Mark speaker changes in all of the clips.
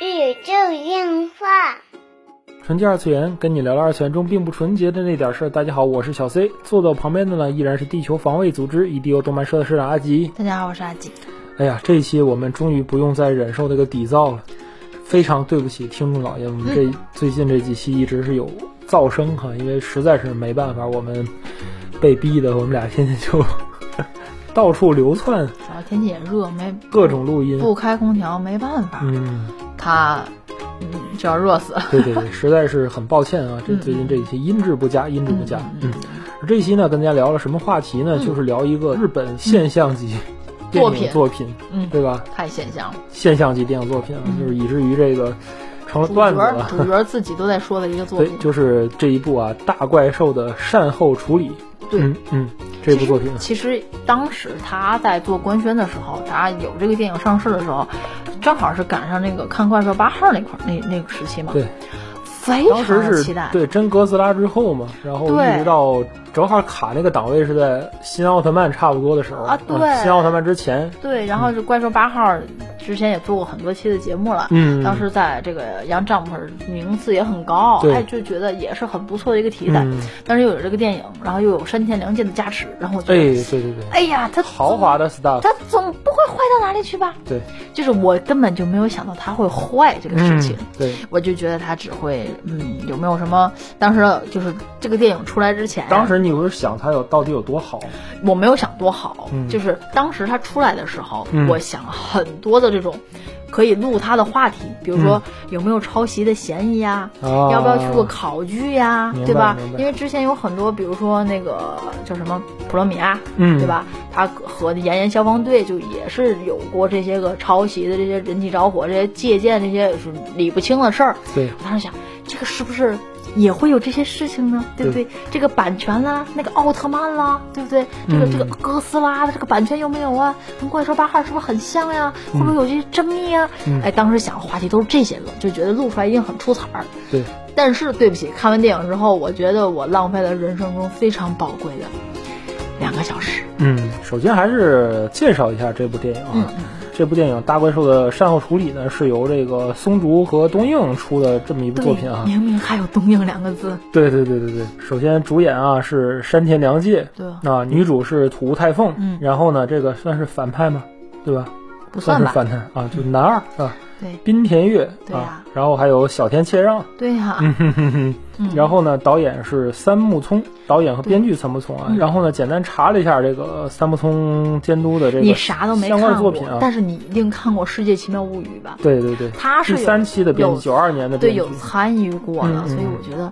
Speaker 1: 宇宙硬化。
Speaker 2: 纯洁二次元，跟你聊聊二次元中并不纯洁的那点事儿。大家好，我是小 C，坐在我旁边的呢依然是地球防卫组织 EDO 动漫社的社长阿吉。
Speaker 3: 大家好，我是阿吉。
Speaker 2: 哎呀，这一期我们终于不用再忍受这个底噪了，非常对不起听众老爷，我们这、最近这几期一直是有噪声哈，因为实在是没办法，我们被逼的，我们俩现在就 到处流窜，
Speaker 3: 主要天气也热，没
Speaker 2: 各种录音。
Speaker 3: 不开空调没办法，
Speaker 2: 嗯，
Speaker 3: 他嗯就要热死。
Speaker 2: 对对对，实在是很抱歉啊，这最近这一期音质不佳，音质不佳。嗯，这一期呢，跟大家聊了什么话题呢？
Speaker 3: 嗯
Speaker 2: 就是聊一个日本现象级电
Speaker 3: 作
Speaker 2: 影
Speaker 3: 品
Speaker 2: 作品，
Speaker 3: 嗯，
Speaker 2: 对吧？
Speaker 3: 太现象了，
Speaker 2: 现象级电影作品啊，
Speaker 3: 嗯
Speaker 2: 就是以至于这个成了
Speaker 3: 主
Speaker 2: 段子
Speaker 3: 角
Speaker 2: 了。
Speaker 3: 主角自己都在说的一个作
Speaker 2: 对
Speaker 3: 品，，
Speaker 2: 就是这一部啊，《大怪兽的善后处理》。
Speaker 3: 对
Speaker 2: 嗯嗯，这部作品啊
Speaker 3: 其实当时他在做官宣的时候，他有这个电影上市的时候，正好是赶上那个看《怪兽八号》那块儿那那个时期嘛。
Speaker 2: 对，
Speaker 3: 非
Speaker 2: 当时
Speaker 3: 常的
Speaker 2: 是
Speaker 3: 期待。
Speaker 2: 对真哥斯拉之后嘛，然后
Speaker 3: 对
Speaker 2: 一直到正好卡那个档位是在新奥特曼差不多的时候
Speaker 3: 啊对
Speaker 2: 嗯新奥特曼之前，
Speaker 3: 对，然后这《怪兽八号》之前也做过很多期的节目了。
Speaker 2: 嗯，
Speaker 3: 当时在这个杨丈姆名次也很高，
Speaker 2: 对
Speaker 3: 哎，就觉得也是很不错的一个题材。
Speaker 2: 嗯，
Speaker 3: 但是又有这个电影，然后又有山田凉介的加持，然后我觉
Speaker 2: 哎，对
Speaker 3: 得，
Speaker 2: 对对，
Speaker 3: 哎呀，他
Speaker 2: 豪华的 stuff，
Speaker 3: 他总不会坏到哪里去吧？
Speaker 2: 对，
Speaker 3: 就是我根本就没有想到他会坏这个事情。
Speaker 2: 对，
Speaker 3: 我就觉得他只会，嗯，有没有什么？当时就是这个电影出来之前，
Speaker 2: 当时你不是想它有到底有多好？
Speaker 3: 我没有想多好，
Speaker 2: 嗯
Speaker 3: 就是当时他出来的时候，
Speaker 2: 嗯
Speaker 3: 我想了很多的这种可以录他的话题，比如说、
Speaker 2: 嗯
Speaker 3: 有没有抄袭的嫌疑呀、
Speaker 2: 啊
Speaker 3: 要不要去过考据呀、
Speaker 2: 明白
Speaker 3: 对吧
Speaker 2: 哦明？白
Speaker 3: 因为之前有很多，比如说那个叫什么普罗米亚，
Speaker 2: 嗯
Speaker 3: 对吧？他和炎炎消防队就也是有过这些个抄袭的、这些人体着火、这些借鉴、这些是理不清的事儿。
Speaker 2: 对，
Speaker 3: 我当时想，这个是不是也会有这些事情呢？对不
Speaker 2: 嗯
Speaker 3: 对？这个版权啦，那个奥特曼啦，对不对？这个、
Speaker 2: 嗯
Speaker 3: 这个哥斯拉的这个版权有没有啊？跟怪兽八号是不是很像呀？会不会有这些争议啊？
Speaker 2: 嗯
Speaker 3: 哎，当时想话题都是这些个，就觉得录出来一定很出彩儿。
Speaker 2: 对，
Speaker 3: 但是对不起，看完电影之后，我觉得我浪费了人生中非常宝贵的两个小时。
Speaker 2: 嗯，首先还是介绍一下这部电影
Speaker 3: 嗯
Speaker 2: 啊。这部电影《大怪兽的善后处理》呢，是由这个松竹和东映出的这么一部
Speaker 3: 对，
Speaker 2: 作品啊。
Speaker 3: 明明还有“东映”两个字。
Speaker 2: 对对对对对，首先主演啊是山田凉介，
Speaker 3: 对啊，
Speaker 2: 啊女主是土屋太凤，
Speaker 3: 嗯
Speaker 2: 然后呢这个算是反派吗？对吧？
Speaker 3: 不
Speaker 2: 算
Speaker 3: 算
Speaker 2: 是
Speaker 3: 吧？
Speaker 2: 反派啊，就男二是吧？
Speaker 3: 对
Speaker 2: 滨田月
Speaker 3: 对
Speaker 2: 啊
Speaker 3: 呀，
Speaker 2: 然后还有小田切让，
Speaker 3: 对呀、嗯
Speaker 2: 然后呢，导演是三木聪，导演和编剧三木聪啊。
Speaker 3: 嗯
Speaker 2: 然后呢，简单查了一下这个三木聪监督的这
Speaker 3: 你
Speaker 2: 个
Speaker 3: 啥都没
Speaker 2: 相
Speaker 3: 看
Speaker 2: 关的
Speaker 3: 过，
Speaker 2: 作品啊。
Speaker 3: 但是你一定看过《世界奇妙物语》吧？
Speaker 2: 对对对，
Speaker 3: 他是
Speaker 2: 第
Speaker 3: 有
Speaker 2: 三期的编
Speaker 3: 有
Speaker 2: 剧，九二年的
Speaker 3: 对
Speaker 2: 编剧
Speaker 3: 有。参与过的，
Speaker 2: 嗯嗯
Speaker 3: 所以我觉得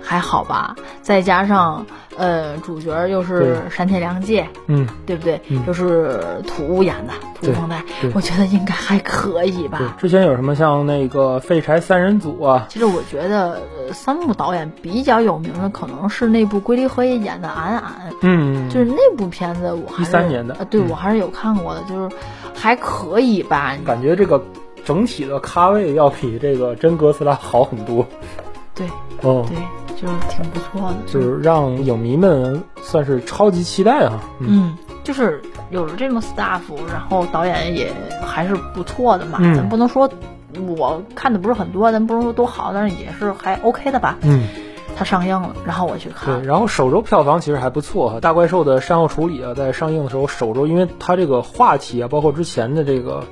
Speaker 3: 还好吧。再加上呃，主角又是
Speaker 2: 对
Speaker 3: 山田凉介，
Speaker 2: 嗯，
Speaker 3: 对不对？
Speaker 2: 嗯
Speaker 3: 又是土屋演的土屋光太
Speaker 2: 对对，
Speaker 3: 我觉得应该还可以
Speaker 2: 对
Speaker 3: 吧。，
Speaker 2: 之前有什么像那个废柴三人组啊，
Speaker 3: 其实我觉得呃三木导演比较有名的可能是那部龟梨和也演的《俺俺》，
Speaker 2: 嗯，
Speaker 3: 就是那部片子我还是
Speaker 2: 13年的
Speaker 3: 呃对
Speaker 2: 嗯
Speaker 3: 我还是有看过的，就是还可以吧。
Speaker 2: 感觉这个整体的咖位要比这个真哥斯拉好很多。
Speaker 3: 对
Speaker 2: 哦，
Speaker 3: 对，就是挺不错的，
Speaker 2: 就是让影迷们算是超级期待啊。嗯
Speaker 3: 嗯，就是有了这种 staff，然后导演也还是不错的嘛。
Speaker 2: 嗯
Speaker 3: 咱不能说我看的不是很多，咱不能说多好，但是也是还 OK 的吧。
Speaker 2: 嗯。
Speaker 3: 它上映了，然后我去
Speaker 2: 对，
Speaker 3: 看，
Speaker 2: 然后首周票房其实还不错哈，《大怪兽的善后处理》啊，在上映的时候，首周因为它这个话题啊，包括之前的这个，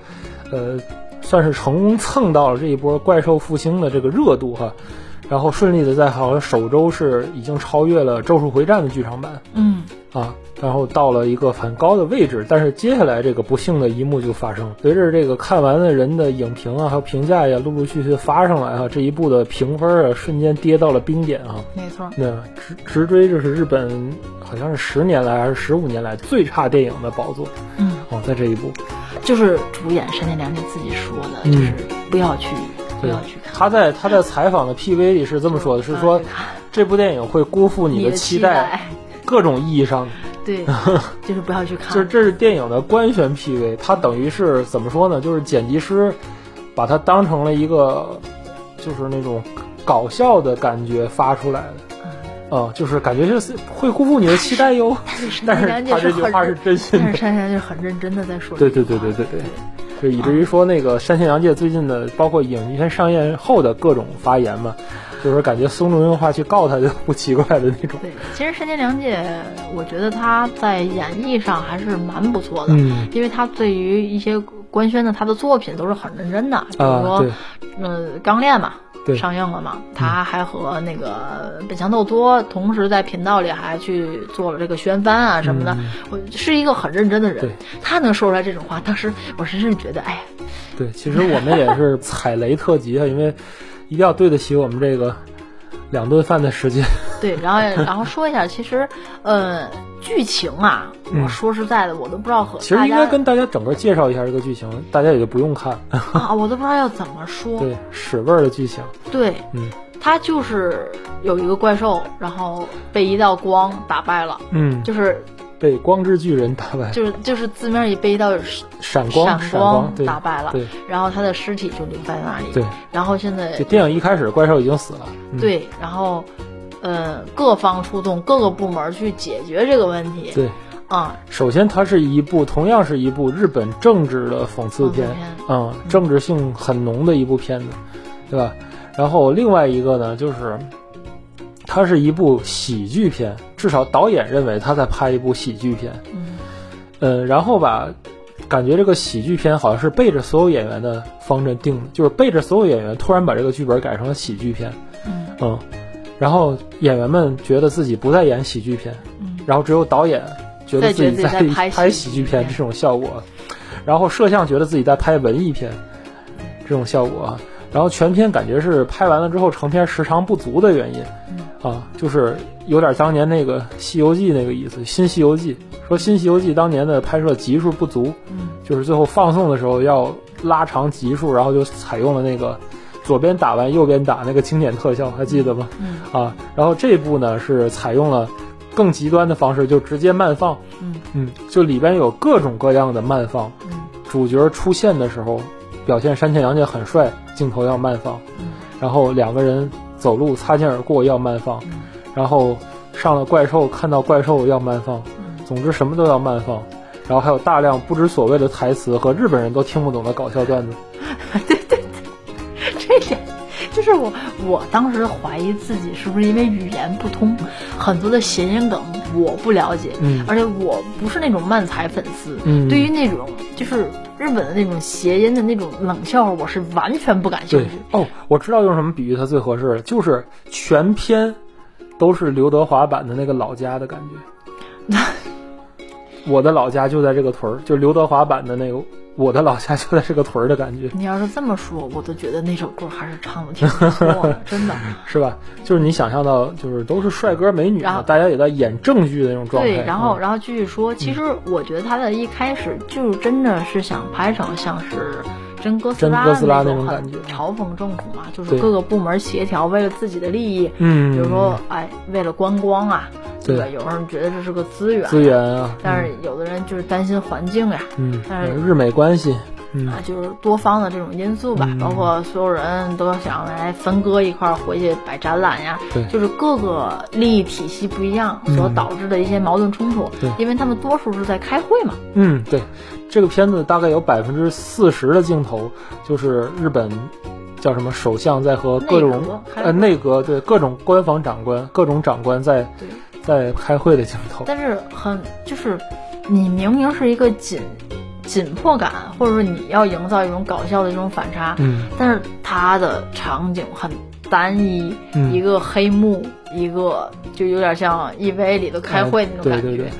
Speaker 2: 呃，算是成功蹭到了这一波怪兽复兴的这个热度哈，然后顺利的在好像首周是已经超越了《咒术回战》的剧场版
Speaker 3: 嗯，
Speaker 2: 啊，然后到了一个很高的位置，但是接下来这个不幸的一幕就发生了，随着这个看完的人的影评啊，还有评价呀，陆陆续续发上来啊，这一部的评分啊，瞬间跌到了冰点啊。
Speaker 3: 没错，
Speaker 2: 那直直追就是日本好像是十年来还是十五年来最差电影的宝座
Speaker 3: 嗯，
Speaker 2: 哦，在这一部，
Speaker 3: 就是主演山田凉介自己说的，
Speaker 2: 嗯
Speaker 3: 就是不要去，不
Speaker 2: 对
Speaker 3: 要去看。
Speaker 2: 他在他在采访的 PV 里是这么说的，是说
Speaker 3: 不要去看
Speaker 2: 这部电影会辜负
Speaker 3: 啊你
Speaker 2: 的
Speaker 3: 的
Speaker 2: 期
Speaker 3: 待，嗯
Speaker 2: 各种意义上的，
Speaker 3: 对，就是不要去看，
Speaker 2: 就是这是电影的官宣 PV，它等于是怎么说呢？就是剪辑师把它当成了一个就是那种搞笑的感觉发出来的，
Speaker 3: 嗯
Speaker 2: 啊、就是感觉是会辜负你的期待哟，
Speaker 3: 但是山
Speaker 2: 但
Speaker 3: 田
Speaker 2: 是
Speaker 3: 凉介
Speaker 2: 他这句
Speaker 3: 很
Speaker 2: 话是
Speaker 3: 认，
Speaker 2: 真心
Speaker 3: 但
Speaker 2: 的
Speaker 3: 是。山田凉介是很认真的在说这
Speaker 2: 对
Speaker 3: 句
Speaker 2: 对
Speaker 3: 话，
Speaker 2: 对对对对，就以至于说那个山县洋介最近的，包括影片上映后的各种发言嘛，就是感觉松中英化去告他就不奇怪的那种。
Speaker 3: 对，其实山田凉介，我觉得他在演绎上还是蛮不错 的，
Speaker 2: 嗯
Speaker 3: 因为他对于一些官宣的他的作品都是很认真的，比如
Speaker 2: 啊，
Speaker 3: 说
Speaker 2: 对，
Speaker 3: 呃，钢炼嘛，
Speaker 2: 对嗯
Speaker 3: 上映了嘛，他还和那个本乡斗多同时在频道里还去做了这个宣帆啊什么的
Speaker 2: 嗯，
Speaker 3: 我是一个很认真的人
Speaker 2: 对，
Speaker 3: 他能说出来这种话，当时我真是觉得，哎呀，
Speaker 2: 对，其实我们也是踩雷特辑啊，因为一定要对得起我们这个两顿饭的时间。
Speaker 3: 对，然后 然后说一下，其实，呃，剧情啊，
Speaker 2: 嗯
Speaker 3: 我说实在的，我都不知道和
Speaker 2: 其实
Speaker 3: 大
Speaker 2: 应
Speaker 3: 家
Speaker 2: 该跟大家整个介绍一下这个剧情，大家也就不用看。
Speaker 3: 啊，我都不知道要怎么说，
Speaker 2: 对，屎味儿的剧情，
Speaker 3: 对，
Speaker 2: 嗯
Speaker 3: 他就是有一个怪兽，然后被一道光打败了，
Speaker 2: 嗯，
Speaker 3: 就是
Speaker 2: 被光之巨人打败，
Speaker 3: 就是就是字面里被一道
Speaker 2: 闪光
Speaker 3: 闪
Speaker 2: 闪光，对
Speaker 3: 打败了，
Speaker 2: 对
Speaker 3: 然后他的尸体就留在那里，
Speaker 2: 对，
Speaker 3: 然后现在
Speaker 2: 就电影一开始怪兽已经死了，嗯、
Speaker 3: 对，然后。呃，各方出动，各个部门去解决这个问题
Speaker 2: 对。
Speaker 3: 啊、
Speaker 2: 首先，它是一部同样是一部日本政治的讽刺片
Speaker 3: 讽刺片，
Speaker 2: 嗯，政治性很浓的一部片子，对吧？然后另外一个呢，就是它是一部喜剧片，至少导演认为他在拍一部喜剧片，
Speaker 3: 嗯，
Speaker 2: 嗯，然后吧，感觉这个喜剧片好像是背着所有演员的方针定的，就是背着所有演员突然把这个剧本改成了喜剧片，
Speaker 3: 嗯
Speaker 2: 然后演员们觉得自己不再演喜剧片，
Speaker 3: 嗯
Speaker 2: 然后只有导演觉得
Speaker 3: 再
Speaker 2: 自
Speaker 3: 觉
Speaker 2: 己
Speaker 3: 得自己
Speaker 2: 在
Speaker 3: 在拍
Speaker 2: 拍喜
Speaker 3: 喜剧
Speaker 2: 剧片
Speaker 3: 片
Speaker 2: 这种效果，然后摄像觉得自己在拍文艺片这种效果啊，然后全片感觉是拍完了之后成片时长不足的原因
Speaker 3: 嗯，
Speaker 2: 啊，就是有点当年那个《西游记》那个意思，《新西游记》说《新西游记》当年的拍摄集数不足，
Speaker 3: 嗯
Speaker 2: 就是最后放送的时候要拉长集数，然后就采用了那个左边打完右边打那个经典特效，还记得吗？
Speaker 3: 嗯
Speaker 2: 啊，然后这一部呢是采用了更极端的方式，就直接慢放，
Speaker 3: 嗯
Speaker 2: 嗯，就里边有各种各样的慢放，
Speaker 3: 嗯
Speaker 2: 主角出现的时候表现山田洋介很帅，镜头要慢放，
Speaker 3: 嗯
Speaker 2: 然后两个人走路擦肩而过要慢放，
Speaker 3: 嗯
Speaker 2: 然后上了怪兽看到怪兽要慢放，
Speaker 3: 嗯
Speaker 2: 总之什么都要慢放。然后还有大量不知所谓的台词和日本人都听不懂的搞笑段子，
Speaker 3: 这点，就是我我当时怀疑自己是不是因为语言不通，很多的谐音梗我不了解，
Speaker 2: 嗯
Speaker 3: 而且我不是那种漫才粉丝，
Speaker 2: 嗯
Speaker 3: 对于那种就是日本的那种谐音的那种冷笑话，我是完全不感兴
Speaker 2: 对
Speaker 3: 趣。
Speaker 2: 哦，我知道用什么比喻它最合适了，就是全篇都是刘德华版的那个老家的感觉。我的老家就在这个屯儿，就刘德华版的那个我的老家就在这个屯儿的感觉，
Speaker 3: 你要是这么说，我都觉得那首歌还是唱的挺不错 的，真的。
Speaker 2: 是吧？就是你想象到，就是都是帅哥美女
Speaker 3: 然后
Speaker 2: 嘛，大家也在演正剧的那种状态。
Speaker 3: 对，然后
Speaker 2: 嗯
Speaker 3: 然后继续说，其实我觉得他的一开始就真的是想拍成像是真哥斯拉
Speaker 2: 真哥斯拉那
Speaker 3: 种
Speaker 2: 种
Speaker 3: 很
Speaker 2: 感觉
Speaker 3: 嘲讽政府嘛，就是
Speaker 2: 对
Speaker 3: 各个部门协调，为了自己的利益，
Speaker 2: 嗯，
Speaker 3: 比如说哎，为了观光啊，
Speaker 2: 对
Speaker 3: 吧？有人觉得这是个资源，
Speaker 2: 资源啊，
Speaker 3: 但是有的人就是担心环境呀、
Speaker 2: 嗯，
Speaker 3: 但是
Speaker 2: 嗯日美关系，嗯
Speaker 3: 啊，就是多方的这种因素吧，
Speaker 2: 嗯
Speaker 3: 包括所有人都想来分割一块儿回去摆展览呀
Speaker 2: 对，
Speaker 3: 就是各个利益体系不一样所
Speaker 2: 嗯
Speaker 3: 导致的一些矛盾冲突，
Speaker 2: 对
Speaker 3: 因为他们多数是在开会嘛，
Speaker 2: 嗯，对，这个片子大概有百分之四十的镜头就是日本叫什么首相在和各种
Speaker 3: 内阁还有
Speaker 2: 呃内阁对各种官方长官、各种长官在
Speaker 3: 对，
Speaker 2: 在开会的镜头。
Speaker 3: 但是很就是你明明是一个紧紧迫感，或者说你要营造一种搞笑的这种反差，
Speaker 2: 嗯
Speaker 3: 但是它的场景很单一，
Speaker 2: 嗯
Speaker 3: 一个黑幕，一个就有点像 EVA 里头开会那种感
Speaker 2: 哎
Speaker 3: 觉。
Speaker 2: 对对对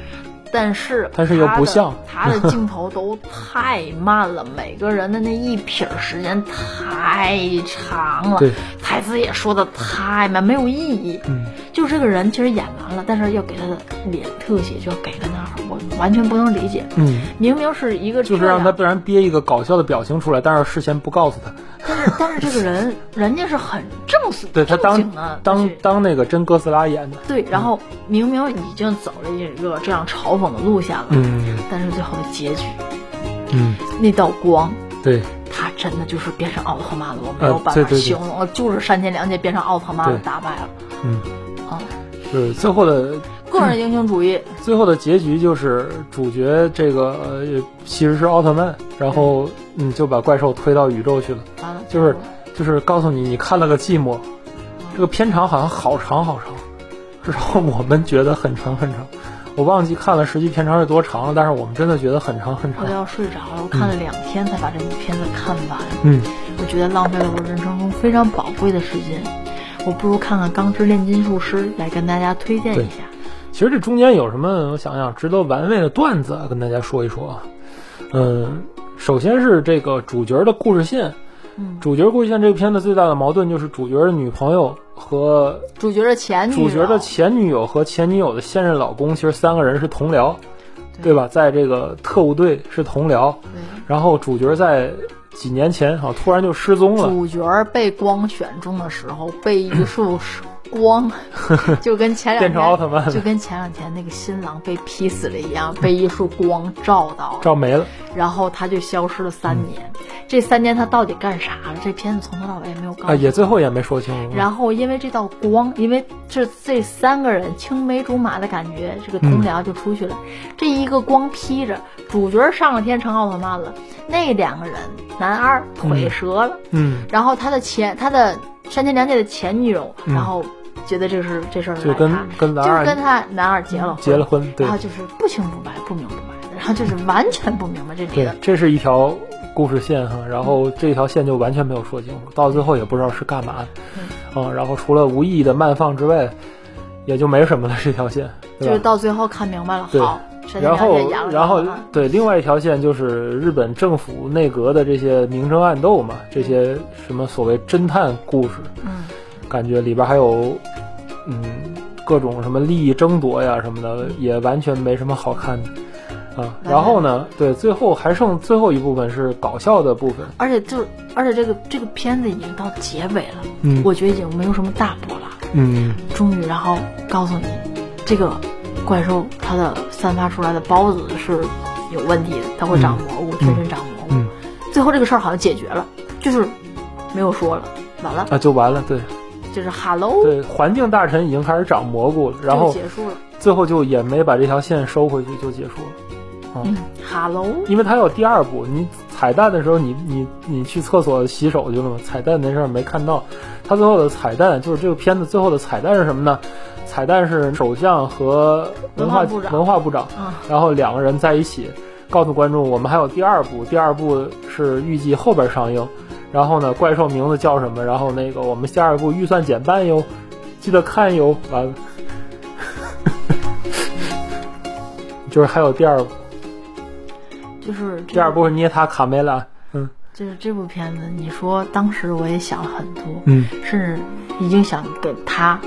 Speaker 3: 但是，
Speaker 2: 但是又不像
Speaker 3: 他的镜头都太慢了，每个人的那一撇儿时间太长了
Speaker 2: 对，
Speaker 3: 台词也说的太慢，没有意义。
Speaker 2: 嗯，
Speaker 3: 就这个人其实演完了，但是要给他的脸特写就要给在那儿，我完全不能理解。
Speaker 2: 嗯，
Speaker 3: 明明是啊一个
Speaker 2: 就是
Speaker 3: 这
Speaker 2: 让
Speaker 3: 样
Speaker 2: 他不然憋一个搞笑的表情出来，但是事先不告诉他。
Speaker 3: 但是但是这个人人家是很正式
Speaker 2: 对他
Speaker 3: 正
Speaker 2: 当
Speaker 3: 经的
Speaker 2: 当
Speaker 3: 去
Speaker 2: 当那个真哥斯拉演的。
Speaker 3: 啊对，然后明明已经走了一个这样嘲讽的路线了，
Speaker 2: 嗯
Speaker 3: 但是最后的结局
Speaker 2: 嗯，
Speaker 3: 那道光。
Speaker 2: 对
Speaker 3: 他真的就是变成奥特曼了，我没有
Speaker 2: 呃
Speaker 3: 办
Speaker 2: 对
Speaker 3: 法
Speaker 2: 对对
Speaker 3: 形容，就是山田凉介变成奥特曼了
Speaker 2: 对
Speaker 3: 打败了。
Speaker 2: 嗯
Speaker 3: 啊，
Speaker 2: 就是最后的
Speaker 3: 个人英雄主义，
Speaker 2: 最后的结局就是主角这个呃其实是奥特曼，然后嗯就把怪兽推到宇宙去了，
Speaker 3: 完了
Speaker 2: 就是就是告诉你你看了个寂寞。这个片长好像好长好长，至少我们觉得很长很长。我忘记看了实际片长是多长了，但是我们真的觉得很长很
Speaker 3: 我
Speaker 2: 长
Speaker 3: 都。要睡着了，我看了两天才把这部片子看完，
Speaker 2: 嗯，
Speaker 3: 我觉得浪费了我人生中非常宝贵的时间，我不如看看《钢之炼金术师》来跟大家推荐一下。
Speaker 2: 其实这中间有什么，我想想值得玩味的段子啊，跟大家说一说啊。嗯，首先是这个主角的故事线，
Speaker 3: 嗯，
Speaker 2: 主角故事线这个片子最大的矛盾就是主角的女朋友和
Speaker 3: 主角的前女友，
Speaker 2: 主角的前女友和前女友的现任老公，其实三个人是同僚，
Speaker 3: 对
Speaker 2: 对吧？在这个特务队是同僚，
Speaker 3: 对
Speaker 2: 然后主角在几年前啊突然就失踪了，
Speaker 3: 主角被光选中的时候，被一束 光，就跟前两
Speaker 2: 变成奥
Speaker 3: 天
Speaker 2: 特曼
Speaker 3: 就
Speaker 2: 了，
Speaker 3: 跟前两天那个新郎被劈死了一样，被一束光照到了。
Speaker 2: 照嗯没了。
Speaker 3: 然后他就消失了三年。这三年他到底干啥了？这片子从头到尾也没有告
Speaker 2: 啊，
Speaker 3: 诉
Speaker 2: 也最后也没说清楚。
Speaker 3: 然后因为这道光，因为这这三个人青梅竹马的感觉，这个同僚就出去了。
Speaker 2: 嗯
Speaker 3: 这一个光披着，主角上了天成奥特曼了，那两个人男二腿折了，
Speaker 2: 嗯，
Speaker 3: 然后他的前他的山田凉介的前女友，
Speaker 2: 嗯
Speaker 3: 然后觉得这是这事儿
Speaker 2: 就
Speaker 3: 赖
Speaker 2: 跟
Speaker 3: 他，
Speaker 2: 跟男
Speaker 3: 就是
Speaker 2: 二
Speaker 3: 跟啊他男二结了婚
Speaker 2: 结了婚，对
Speaker 3: 然后就是不清不白，不明不白的，然后就是完全不明白这里
Speaker 2: 对
Speaker 3: 的，
Speaker 2: 这是一条故事线哈。然后这条线就完全没有说清楚，到最后也不知道是干嘛的。嗯，然后除了无意义的慢放之外，也就没什么了这条线，对吧
Speaker 3: 就是？到最后看明白了，
Speaker 2: 对
Speaker 3: 好，山田
Speaker 2: 然
Speaker 3: 凉介
Speaker 2: 后
Speaker 3: 养，了
Speaker 2: 然后
Speaker 3: 他了
Speaker 2: 对，另外一条线就是日本政府内阁的这些明争暗斗嘛，这些什么所谓侦探故事，
Speaker 3: 嗯，
Speaker 2: 感觉里边还有，嗯，各种什么利益争夺呀什么的，也完全没什么好看的啊。
Speaker 3: 全
Speaker 2: 然后呢，对，最后还剩最后一部分是搞笑的部分，
Speaker 3: 而且就而且这个这个片子已经到结尾了，
Speaker 2: 嗯
Speaker 3: 我觉得已经没有什么大波了，
Speaker 2: 嗯，
Speaker 3: 终于然后告诉你，这个怪兽它的散发出来的孢子是有问题的，它会长蘑菇，全身长蘑菇。
Speaker 2: 嗯
Speaker 3: 最后这个事儿好像解决了，就是没有说了，完了
Speaker 2: 啊就完了，对
Speaker 3: 就是 hello
Speaker 2: 对，环境大臣已经开始长蘑菇了，然
Speaker 3: 就
Speaker 2: 后
Speaker 3: 结束了，
Speaker 2: 最后就也没把这条线收回去就结束了，
Speaker 3: 嗯，hello
Speaker 2: 因为它有第二部，你彩蛋的时候你你你去厕所洗手去了吗？彩蛋那事儿没看到，它最后的彩蛋就是这个片子最后的彩蛋是什么呢？彩蛋是首相和文化
Speaker 3: 文化部长
Speaker 2: 文化部长
Speaker 3: 啊，
Speaker 2: 然后两个人在一起，告诉观众我们还有第二部，第二部是预计后边上映，然后呢怪兽名字叫什么？然后那个我们下一步预算减半哟，记得看哟。完了， 就是还有第二部，
Speaker 3: 就是这
Speaker 2: 第二部是捏他卡梅拉，嗯
Speaker 3: 就是这部片子，你说当时我也想了很多，
Speaker 2: 嗯，
Speaker 3: 甚至已经想给他、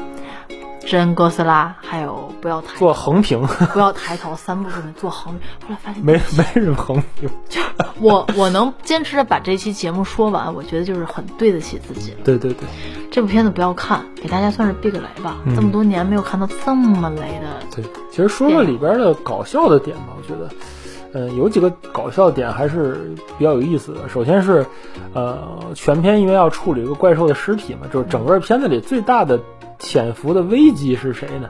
Speaker 3: 真哥斯拉还有不要抬
Speaker 2: 做横屏
Speaker 3: 不要抬头三部作品做横，后来发现
Speaker 2: 没没什么横屏，
Speaker 3: 我我能坚持着把这期节目说完，我觉得就是很对得起自己了。
Speaker 2: 对对对
Speaker 3: 这部片子不要看，给大家算是避个雷吧。
Speaker 2: 嗯
Speaker 3: 这么多年没有看到这么雷的，
Speaker 2: 对。其实说说里边的搞笑的点吧，我觉得，嗯、有几个搞笑点还是比较有意思的。首先是，呃，全片因为要处理一个怪兽的尸体嘛，就是整个片子里最大的潜伏的危机是谁呢？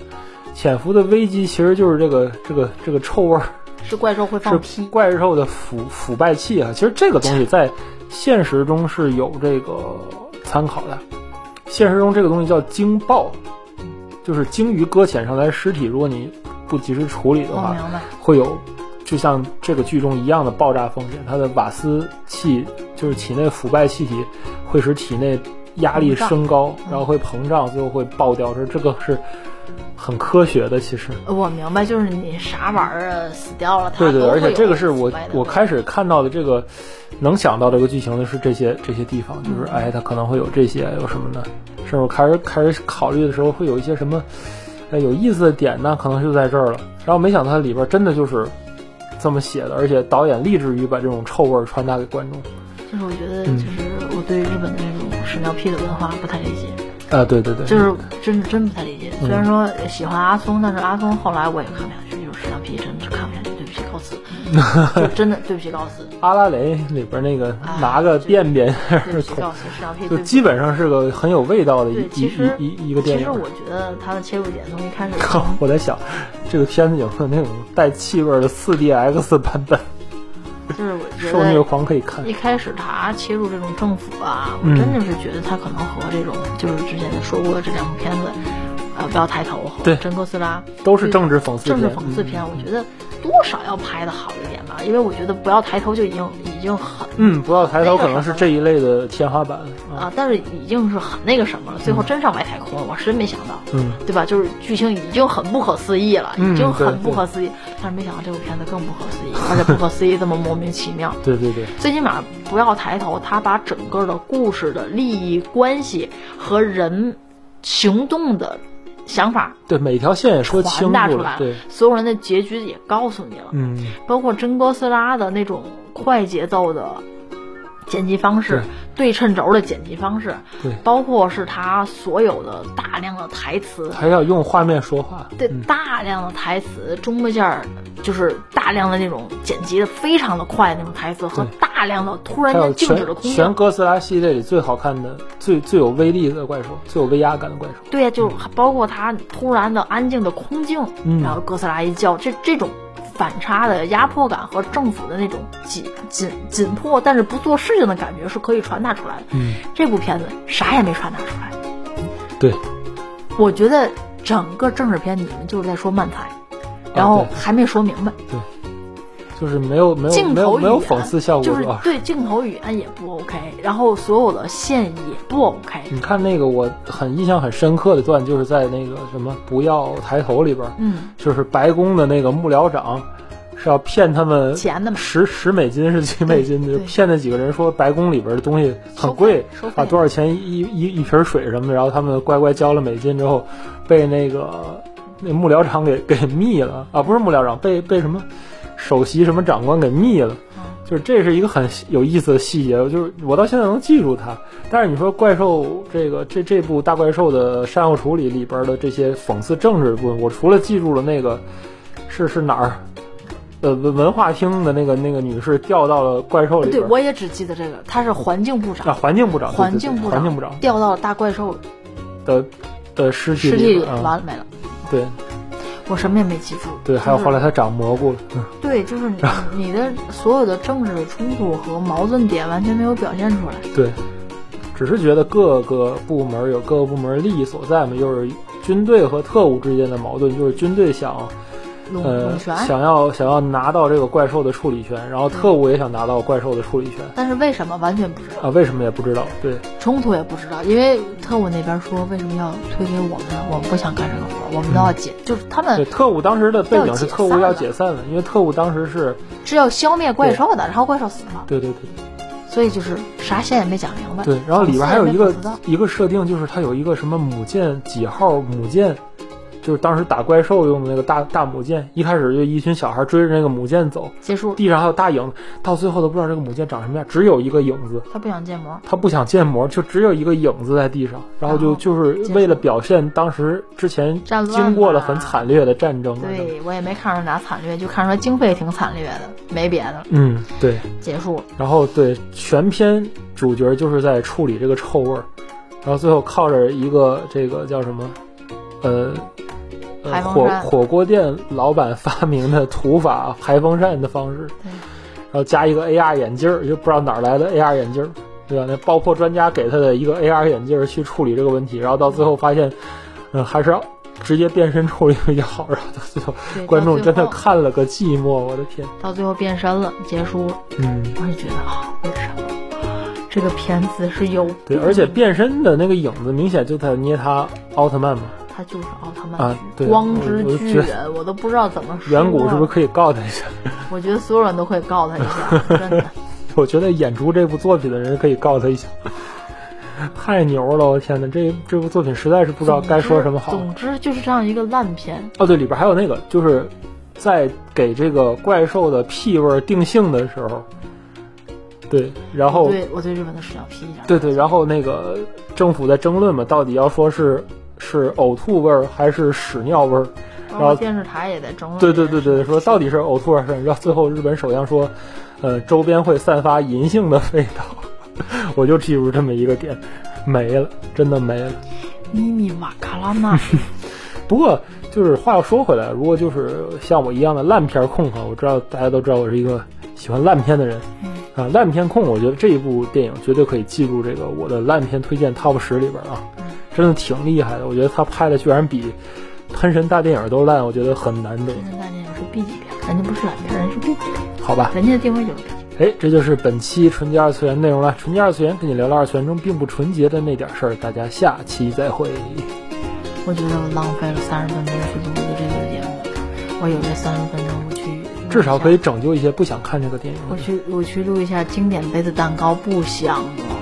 Speaker 2: 潜伏的危机其实就是这个这个这个臭味儿。
Speaker 3: 是怪兽会放
Speaker 2: 是
Speaker 3: 屁，
Speaker 2: 怪兽的腐腐败气啊。其实这个东西在现实中是有这个参考的。现实中这个东西叫鲸爆，就是鲸鱼搁浅上来的尸体，如果你不及时处理的
Speaker 3: 我
Speaker 2: 话，
Speaker 3: 哦明白。
Speaker 2: 会有就像这个剧中一样的爆炸风险。它的瓦斯气就是体内腐败气体会使体内压力升高，
Speaker 3: 嗯
Speaker 2: 然后会膨胀，最后会爆掉。这这个是很科学的，其实。
Speaker 3: 呃我明白，就是你啥玩意儿啊死掉了，它
Speaker 2: 对对，
Speaker 3: 都会
Speaker 2: 而且
Speaker 3: 有
Speaker 2: 这个是我
Speaker 3: 腐败的
Speaker 2: 我开始看到的这个，能想到这个剧情的是这些这些地方，就是
Speaker 3: 嗯
Speaker 2: 哎，它可能会有这些，有什么呢？甚至我开始开始考虑的时候，会有一些什么，哎，有意思的点呢，可能就在这儿了。然后没想到它里边真的就是这么写的，而且导演立志于把这种臭味儿传达给观众。
Speaker 3: 就是我觉得，
Speaker 2: 嗯
Speaker 3: 就是我对日本的那种屎尿屁的文化不太理解，
Speaker 2: 啊，对对对，
Speaker 3: 就是真真不太理解。
Speaker 2: 嗯
Speaker 3: 虽然说喜欢阿松，但是阿松后来我也看不下去，就是屎尿屁真的是看不下去，对不起，告辞。就真的对不起告辞，
Speaker 2: 阿拉蕾里边那个
Speaker 3: 啊
Speaker 2: 拿个便便，
Speaker 3: 对不起告辞，是啊，可 以
Speaker 2: 就
Speaker 3: 对不起
Speaker 2: 基本上是个很有味道的一
Speaker 3: 对，
Speaker 2: 一
Speaker 3: 其实
Speaker 2: 一一一个电
Speaker 3: 其实
Speaker 2: 影。
Speaker 3: 我觉得他的切入点从一开始
Speaker 2: 我在想，这个片子有没有那种带气味的 4DX 版本？
Speaker 3: 就是我觉
Speaker 2: 受虐
Speaker 3: 得
Speaker 2: 狂可以看
Speaker 3: 一。开始他切入这种政府啊，我
Speaker 2: 嗯
Speaker 3: 真的是觉得他可能和这种就是之前说过的这两部片子，呃，不要抬头和
Speaker 2: 对
Speaker 3: 真哥斯拉
Speaker 2: 都是政治讽刺
Speaker 3: 政
Speaker 2: 片，嗯
Speaker 3: 治讽刺片，我觉得多少要拍的好一点吧，因为我觉得不要抬头就已经已经很
Speaker 2: 嗯，不要抬头可能是这一类的天花板啊。
Speaker 3: 啊，但是已经是很那个什么了，最后真上外太空了，我真没想到。
Speaker 2: 嗯，
Speaker 3: 对吧？就是剧情已经很不可思议了，
Speaker 2: 嗯
Speaker 3: 已经
Speaker 2: 对
Speaker 3: 很不
Speaker 2: 对
Speaker 3: 可思议。但是没想到这部片子更不可思议， 而且不可思议这么莫名其妙。
Speaker 2: 对对对，
Speaker 3: 最起码不要抬头，他把整个的故事的利益关系和人行动的想法
Speaker 2: 对每条线也说
Speaker 3: 传
Speaker 2: 清
Speaker 3: 达
Speaker 2: 楚
Speaker 3: 出来了
Speaker 2: 对，，
Speaker 3: 所有人的结局也告诉你了，
Speaker 2: 嗯，
Speaker 3: 包括真哥斯拉的那种快节奏的。剪辑方式，对称轴的剪辑方式，
Speaker 2: 对
Speaker 3: 包括是他所有的大量的台词，
Speaker 2: 还要用画面说话。
Speaker 3: 对
Speaker 2: 嗯，
Speaker 3: 大量的台词，中间儿就是大量的那种剪辑的非常的快的那种台词和
Speaker 2: 对
Speaker 3: 大量的突然
Speaker 2: 还有
Speaker 3: 间静止
Speaker 2: 全
Speaker 3: 的空
Speaker 2: 全
Speaker 3: 镜，
Speaker 2: 哥斯拉系列里最好看的、最最有威力的怪兽、最有威压感的怪兽。
Speaker 3: 对呀，就包括他突然的安静的空镜，
Speaker 2: 嗯
Speaker 3: 然后哥斯拉一叫，这这种反差的压迫感和政府的那种紧紧紧迫但是不做事情的感觉是可以传达出来的。
Speaker 2: 嗯，
Speaker 3: 这部片子啥也没传达出来，
Speaker 2: 对，
Speaker 3: 我觉得整个政治片你们就是在说慢才，然后
Speaker 2: 啊对
Speaker 3: 还没说明白。
Speaker 2: 就是没有没有
Speaker 3: 镜
Speaker 2: 没有
Speaker 3: 头语
Speaker 2: 没有
Speaker 3: 言
Speaker 2: 讽刺效果
Speaker 3: 就是
Speaker 2: 啊。
Speaker 3: 对镜头语言也不 OK，然后所有的线也不 OK，
Speaker 2: 你看那个我很印象很深刻的段，就是在那个什么“不要抬头”里边，
Speaker 3: 嗯，
Speaker 2: 就是白宫的那个幕僚长是要骗他们
Speaker 3: 钱的嘛
Speaker 2: 十十美金是几美金，
Speaker 3: 对
Speaker 2: 就
Speaker 3: 对
Speaker 2: 骗那几个人说白宫里边的东西很贵
Speaker 3: 收费收费
Speaker 2: 啊，多少钱一一一瓶水什么的，然后他们乖乖交了美金之后，被那个那幕僚长给给密了啊，不是幕僚长，被被什么首席什么长官给密了。就是这是一个很有意思的细节，就是我到现在能记住它。但是你说怪兽这个这这部大怪兽的善后处理里边的这些讽刺政治的部分，我除了记住了那个是是哪儿，呃文文化厅的那个那个女士掉到了怪兽里
Speaker 3: 嗯对
Speaker 2: 边，
Speaker 3: 我也只记得这个，他是环境部
Speaker 2: 啊
Speaker 3: 长，
Speaker 2: 环境部长对
Speaker 3: 环
Speaker 2: 对
Speaker 3: 境
Speaker 2: 对
Speaker 3: 部
Speaker 2: 环
Speaker 3: 长，
Speaker 2: 境部长
Speaker 3: 掉到了大怪兽
Speaker 2: 的的尸体
Speaker 3: 尸体
Speaker 2: 里
Speaker 3: 里，
Speaker 2: 边，嗯
Speaker 3: 完了没了，
Speaker 2: 对
Speaker 3: 我什么也没记住。
Speaker 2: 对，还有
Speaker 3: 就是
Speaker 2: 后来他长蘑菇了，嗯
Speaker 3: 对，就 是你你的所有的政治的冲突和矛盾点完全没有表现出来。
Speaker 2: 对，只是觉得各个部门有各个部门利益所在嘛，就是军队和特务之间的矛盾，就是军队想
Speaker 3: 龙
Speaker 2: 呃
Speaker 3: 龙泉，
Speaker 2: 想要想要拿到这个怪兽的处理权，然后特务也想拿到怪兽的处理权
Speaker 3: 但是为什么完全不知
Speaker 2: 啊，
Speaker 3: 道，
Speaker 2: 为什么也不知道，对，
Speaker 3: 冲突也不知道，因为特务那边说为什么要推给我们，我们不想干这个活儿，我们都要解，就是他
Speaker 2: 嗯
Speaker 3: 们
Speaker 2: 对，特务当时的背景是
Speaker 3: 要解散
Speaker 2: 特务要
Speaker 3: 了
Speaker 2: 解散了，因为特务当时是
Speaker 3: 是要消灭怪兽的，然后怪兽死了，
Speaker 2: 对对对
Speaker 3: 所以就是啥线也没讲明白。
Speaker 2: 对，然后里边还有一
Speaker 3: 好
Speaker 2: 个
Speaker 3: 像也没
Speaker 2: 一个设定，就是它有一个什么母舰几号母舰。就是当时打怪兽用的那个大大母舰，一开始就一群小孩追着那个母舰走，
Speaker 3: 结束，
Speaker 2: 地上还有大影，到最后都不知道这个母舰长什么样，只有一个影子。
Speaker 3: 他不想建模，
Speaker 2: 他不想建模，就只有一个影子在地上，然后就
Speaker 3: 哦
Speaker 2: 就是
Speaker 3: 结束
Speaker 2: 为了表现当时之前
Speaker 3: 战乱
Speaker 2: 经过了
Speaker 3: 嘛
Speaker 2: 很惨烈的战争。，啊
Speaker 3: 对我也没看出哪惨烈，就看出来经费挺惨烈的，没别的，
Speaker 2: 嗯，对。
Speaker 3: 结束。
Speaker 2: 然后对全篇主角就是在处理这个臭味儿，然后最后靠着一个这个叫什么，呃。呃
Speaker 3: 排风
Speaker 2: 火
Speaker 3: 扇
Speaker 2: 火锅店老板发明的土法排风扇的方式，
Speaker 3: 对
Speaker 2: 然后加一个 AR 眼镜儿，就不知道哪儿来的 AR 眼镜儿，对吧？那爆破专家给他的一个 AR 眼镜儿去处理这个问题，然后到最后发现，嗯，还是要直接变身处理比较好。然后到最后，
Speaker 3: 对
Speaker 2: 观众真的
Speaker 3: 到最后
Speaker 2: 看了个寂寞，我的天，
Speaker 3: 到最后变身了，结束。
Speaker 2: 嗯。
Speaker 3: 我就觉得啊，为什么这个片子是有
Speaker 2: 对，
Speaker 3: 病
Speaker 2: 而且变身的那个影子明显就在捏他奥特曼嘛，
Speaker 3: 它就是奥特曼
Speaker 2: 啊
Speaker 3: 剧
Speaker 2: 对
Speaker 3: 光之
Speaker 2: 我我就
Speaker 3: 巨
Speaker 2: 觉得
Speaker 3: 人，我都不知道怎么说。
Speaker 2: 远古是不是？可以告他一下？
Speaker 3: 我觉得所有人都可以告他一下，真的。
Speaker 2: 我觉得演出这部作品的人可以告他一 下，太牛了！我天哪，这这部作品实在是不知道该说什么好。
Speaker 3: 总之就是这样一个烂片，
Speaker 2: 嗯哦，对，里边还有那个，就是在给这个怪兽的屁味儿定性的时候，对，然后
Speaker 3: 对我对日本的视角批一下。
Speaker 2: 对对，哦然后那个政府在争论嘛，到底要说是是呕吐味儿还是屎尿味儿，
Speaker 3: 啊然
Speaker 2: 然后
Speaker 3: 后电视台也在争论。
Speaker 2: 对对对对，说到底是呕吐还是然后最后日本首相说，呃，周边会散发银杏的味道， 我就记住这么一个点，没了，真的没了。
Speaker 3: 咪咪瓦卡拉 纳，
Speaker 2: 不过就是话要说回来，如果就是像我一样的烂片控哈，我知道大家都知道我是一个喜欢烂片的人，啊，烂片控，我觉得这一部电影绝对可以记住这个我的烂片推荐 Top 十里边啊，真的挺厉害的。我觉得他拍的居然比喷神大电影都烂，我觉得很难得，
Speaker 3: 那大电影是 B 级片，人家不是烂片，人家是 B 级片，
Speaker 2: 好吧？
Speaker 3: 人家的定位就是 B 级。
Speaker 2: 哎，这就是本期纯洁二次元内容了。纯洁二次元跟你聊了二次元中并不纯洁的那点事儿，大家下期再会。
Speaker 3: 我觉得我浪费了三十分钟去录的这个节目，我有这三十分钟，我去录
Speaker 2: 至少可以
Speaker 3: 一下，
Speaker 2: 拯救一些不想看这个电影的
Speaker 3: 我
Speaker 2: 人。
Speaker 3: 去我去录一下经典杯的蛋糕，不香吗？